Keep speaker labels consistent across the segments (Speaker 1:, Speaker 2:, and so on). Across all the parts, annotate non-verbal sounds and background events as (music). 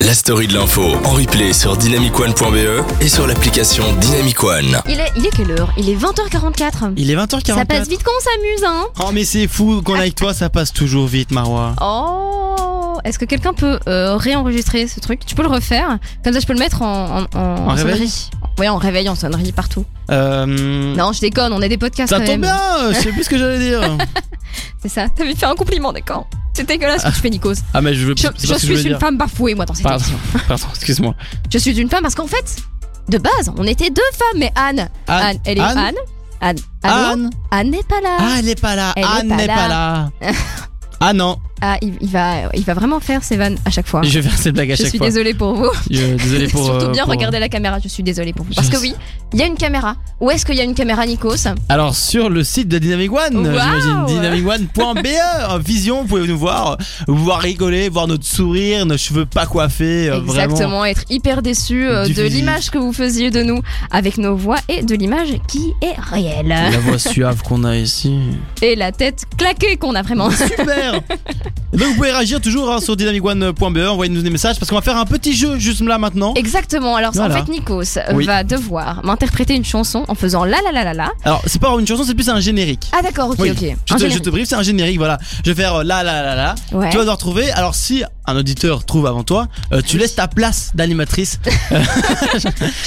Speaker 1: la story de l'info en replay sur dynamicone.be E et sur l'application Dynamicone.
Speaker 2: Il est, il est quelle heure Il est 20h44.
Speaker 3: Il est 20h44.
Speaker 2: Ça passe vite quand on s'amuse, hein
Speaker 3: Oh mais c'est fou qu'on est avec toi, ça passe toujours vite Marwa.
Speaker 2: Oh Est-ce que quelqu'un peut euh, réenregistrer ce truc Tu peux le refaire Comme ça, je peux le mettre en, en, en, en
Speaker 3: réveil
Speaker 2: sonnerie. Ouais, en réveil, en sonnerie, partout.
Speaker 3: Euh...
Speaker 2: Non, je déconne, on est des podcasts
Speaker 3: Ça
Speaker 2: quand
Speaker 3: tombe
Speaker 2: même.
Speaker 3: bien, euh, je sais plus ce que j'allais dire.
Speaker 2: C'est ça, t'avais fait un compliment, d'accord C'est dégueulasse ce que tu fais, Nikos.
Speaker 3: Ah mais je veux
Speaker 2: Je,
Speaker 3: c'est pas
Speaker 2: je
Speaker 3: ce que je
Speaker 2: suis
Speaker 3: voulais
Speaker 2: une
Speaker 3: dire.
Speaker 2: femme bafouée, moi, dans cette
Speaker 3: Pardon,
Speaker 2: émission.
Speaker 3: pardon, excuse-moi.
Speaker 2: Je suis une femme parce qu'en fait, de base, on était deux femmes, mais Anne, Anne, elle est où, Anne Anne, allô
Speaker 3: Anne.
Speaker 2: Anne n'est pas là.
Speaker 3: Ah, elle est pas là.
Speaker 2: Elle est
Speaker 3: Anne
Speaker 2: pas
Speaker 3: n'est
Speaker 2: là.
Speaker 3: pas là.
Speaker 2: (laughs)
Speaker 3: ah non,
Speaker 2: Ah, il, il va, il va vraiment faire ses vannes à chaque fois.
Speaker 3: je vais faire cette blague à
Speaker 2: Je
Speaker 3: chaque
Speaker 2: suis
Speaker 3: fois.
Speaker 2: désolée pour vous.
Speaker 3: Je-
Speaker 2: (laughs)
Speaker 3: désolé pour.
Speaker 2: Surtout
Speaker 3: euh,
Speaker 2: bien
Speaker 3: pour-
Speaker 2: regarder la caméra, je suis désolée pour vous. Parce
Speaker 3: Je
Speaker 2: que
Speaker 3: sais.
Speaker 2: oui, il y a une caméra. Où est-ce qu'il y a une caméra, Nikos
Speaker 3: Alors sur le site de Dynamic One,
Speaker 2: Waouh
Speaker 3: j'imagine dynamicone.be E, en vision, vous pouvez nous voir, vous voir rigoler, voir notre sourire, nos cheveux pas coiffés, euh, vraiment.
Speaker 2: Exactement, être hyper déçu euh,
Speaker 3: Du
Speaker 2: de
Speaker 3: physique.
Speaker 2: l'image que vous faisiez de nous avec nos voix et de l'image qui est réelle.
Speaker 3: La voix suave qu'on a ici.
Speaker 2: Et la tête claquée qu'on a
Speaker 3: (laughs)
Speaker 2: vraiment.
Speaker 3: Super Et Donc vous pouvez réagir toujours hein, sur dynamicone.be, envoyez-nous des messages parce qu'on va faire un petit jeu juste là maintenant.
Speaker 2: Exactement, alors
Speaker 3: Voilà.
Speaker 2: en fait Nikos euh,
Speaker 3: Oui.
Speaker 2: va devoir m'interpréter une chanson en faisant la la la la la.
Speaker 3: Alors c'est pas une chanson, c'est plus un générique.
Speaker 2: Ah d'accord, ok
Speaker 3: Oui.
Speaker 2: ok.
Speaker 3: Je
Speaker 2: Un
Speaker 3: te,
Speaker 2: générique.
Speaker 3: je te brief, c'est un générique, voilà. Je vais faire euh, là, là, là, là.
Speaker 2: Ouais.
Speaker 3: Tu vas devoir trouver. Alors, si un auditeur trouve avant toi, euh, tu laisses ta place d'animatrice.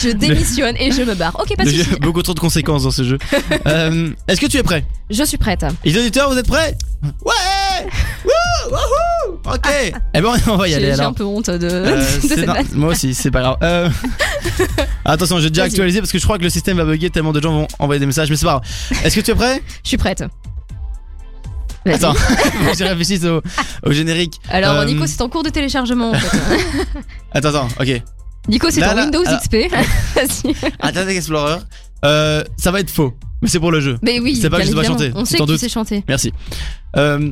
Speaker 2: Je démissionne et je me barre. Ok, pas de
Speaker 3: Il y a
Speaker 2: soucis.
Speaker 3: Beaucoup trop de conséquences dans
Speaker 2: (laughs)
Speaker 3: ce jeu. Euh, Est-ce que tu es prêt
Speaker 2: Je suis prête.
Speaker 3: Les auditeurs, vous êtes prêts Ouais Wouh Wouhou Ok Eh ben, on va y aller
Speaker 2: J'ai j'ai un
Speaker 3: alors.
Speaker 2: peu honte de,
Speaker 3: Euh,
Speaker 2: (laughs) de
Speaker 3: c'est-
Speaker 2: cette
Speaker 3: non,
Speaker 2: vanne.
Speaker 3: moi aussi, c'est pas grave.
Speaker 2: (laughs)
Speaker 3: Euh, Attention, j'ai déjà
Speaker 2: Vas-y.
Speaker 3: actualisé parce que je crois que le système va bugger tellement de gens vont envoyer des messages, mais c'est pas grave. Est-ce que tu es prêt
Speaker 2: Je suis prête. Vas-y.
Speaker 3: Attends, (laughs) faut que je réfléchisse au, au générique.
Speaker 2: Alors
Speaker 3: Euh,
Speaker 2: Nico, c'est en cours de téléchargement. en fait.
Speaker 3: Attends, attends, ok.
Speaker 2: Nico, c'est
Speaker 3: Là,
Speaker 2: en
Speaker 3: là,
Speaker 2: Windows
Speaker 3: alors-
Speaker 2: XP. (laughs) Vas-y.
Speaker 3: Internet Explorer. Euh, ça va être faux, mais c'est pour le jeu.
Speaker 2: Mais oui,
Speaker 3: C'est pas que
Speaker 2: bien
Speaker 3: je dois
Speaker 2: évidemment.
Speaker 3: chanter,
Speaker 2: On sait
Speaker 3: sans
Speaker 2: que tu
Speaker 3: doute.
Speaker 2: sais chanter.
Speaker 3: Merci. Euh,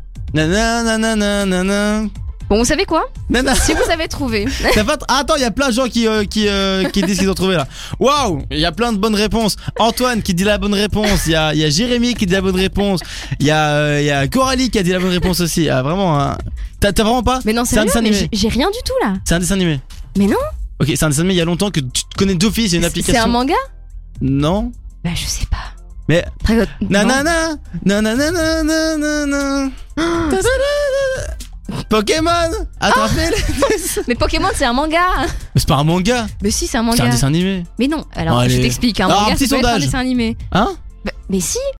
Speaker 3: nanana, nanana, nanana.
Speaker 2: Bon, vous savez quoi
Speaker 3: Nanana.
Speaker 2: Si vous avez trouvé,
Speaker 3: T'as pas- Ah, Attends, il y a plein de gens qui, euh, qui, euh, qui disent qu'ils ont trouvé là. Waouh, il y a plein de bonnes réponses. Antoine qui dit la bonne réponse. Il y a, il y a Jérémy qui dit la bonne réponse. Il y, a, euh, il y a Coralie qui a dit la bonne réponse aussi. Ah, vraiment, hein. t'as t'as vraiment pas
Speaker 2: mais non,
Speaker 3: C'est
Speaker 2: sérieux,
Speaker 3: un dessin
Speaker 2: mais j'ai
Speaker 3: animé.
Speaker 2: j'ai rien du tout là.
Speaker 3: C'est un dessin animé.
Speaker 2: Mais non.
Speaker 3: Ok, c'est un dessin animé il y a longtemps que tu te connais d'office. Il y a une
Speaker 2: C'est- C'est
Speaker 3: application.
Speaker 2: un manga
Speaker 3: Non.
Speaker 2: Bah je sais pas.
Speaker 3: Mais-
Speaker 2: Dragon- non.
Speaker 3: Nanana, nanana, nanana, nanana. (gasps) Pokémon,
Speaker 2: Ah. (laughs)
Speaker 3: attrapez-les.
Speaker 2: Mais Pokémon, c'est un manga.
Speaker 3: Mais c'est pas un manga,
Speaker 2: Mais si, c'est un
Speaker 3: c'est un
Speaker 2: manga.
Speaker 3: dessin animé.
Speaker 2: Mais non, alors
Speaker 3: Allez.
Speaker 2: je t'explique, un
Speaker 3: Ah, un
Speaker 2: manga
Speaker 3: petit
Speaker 2: ça peut être un
Speaker 3: sondage.
Speaker 2: dessin animé.
Speaker 3: Hein
Speaker 2: Bah, mais si,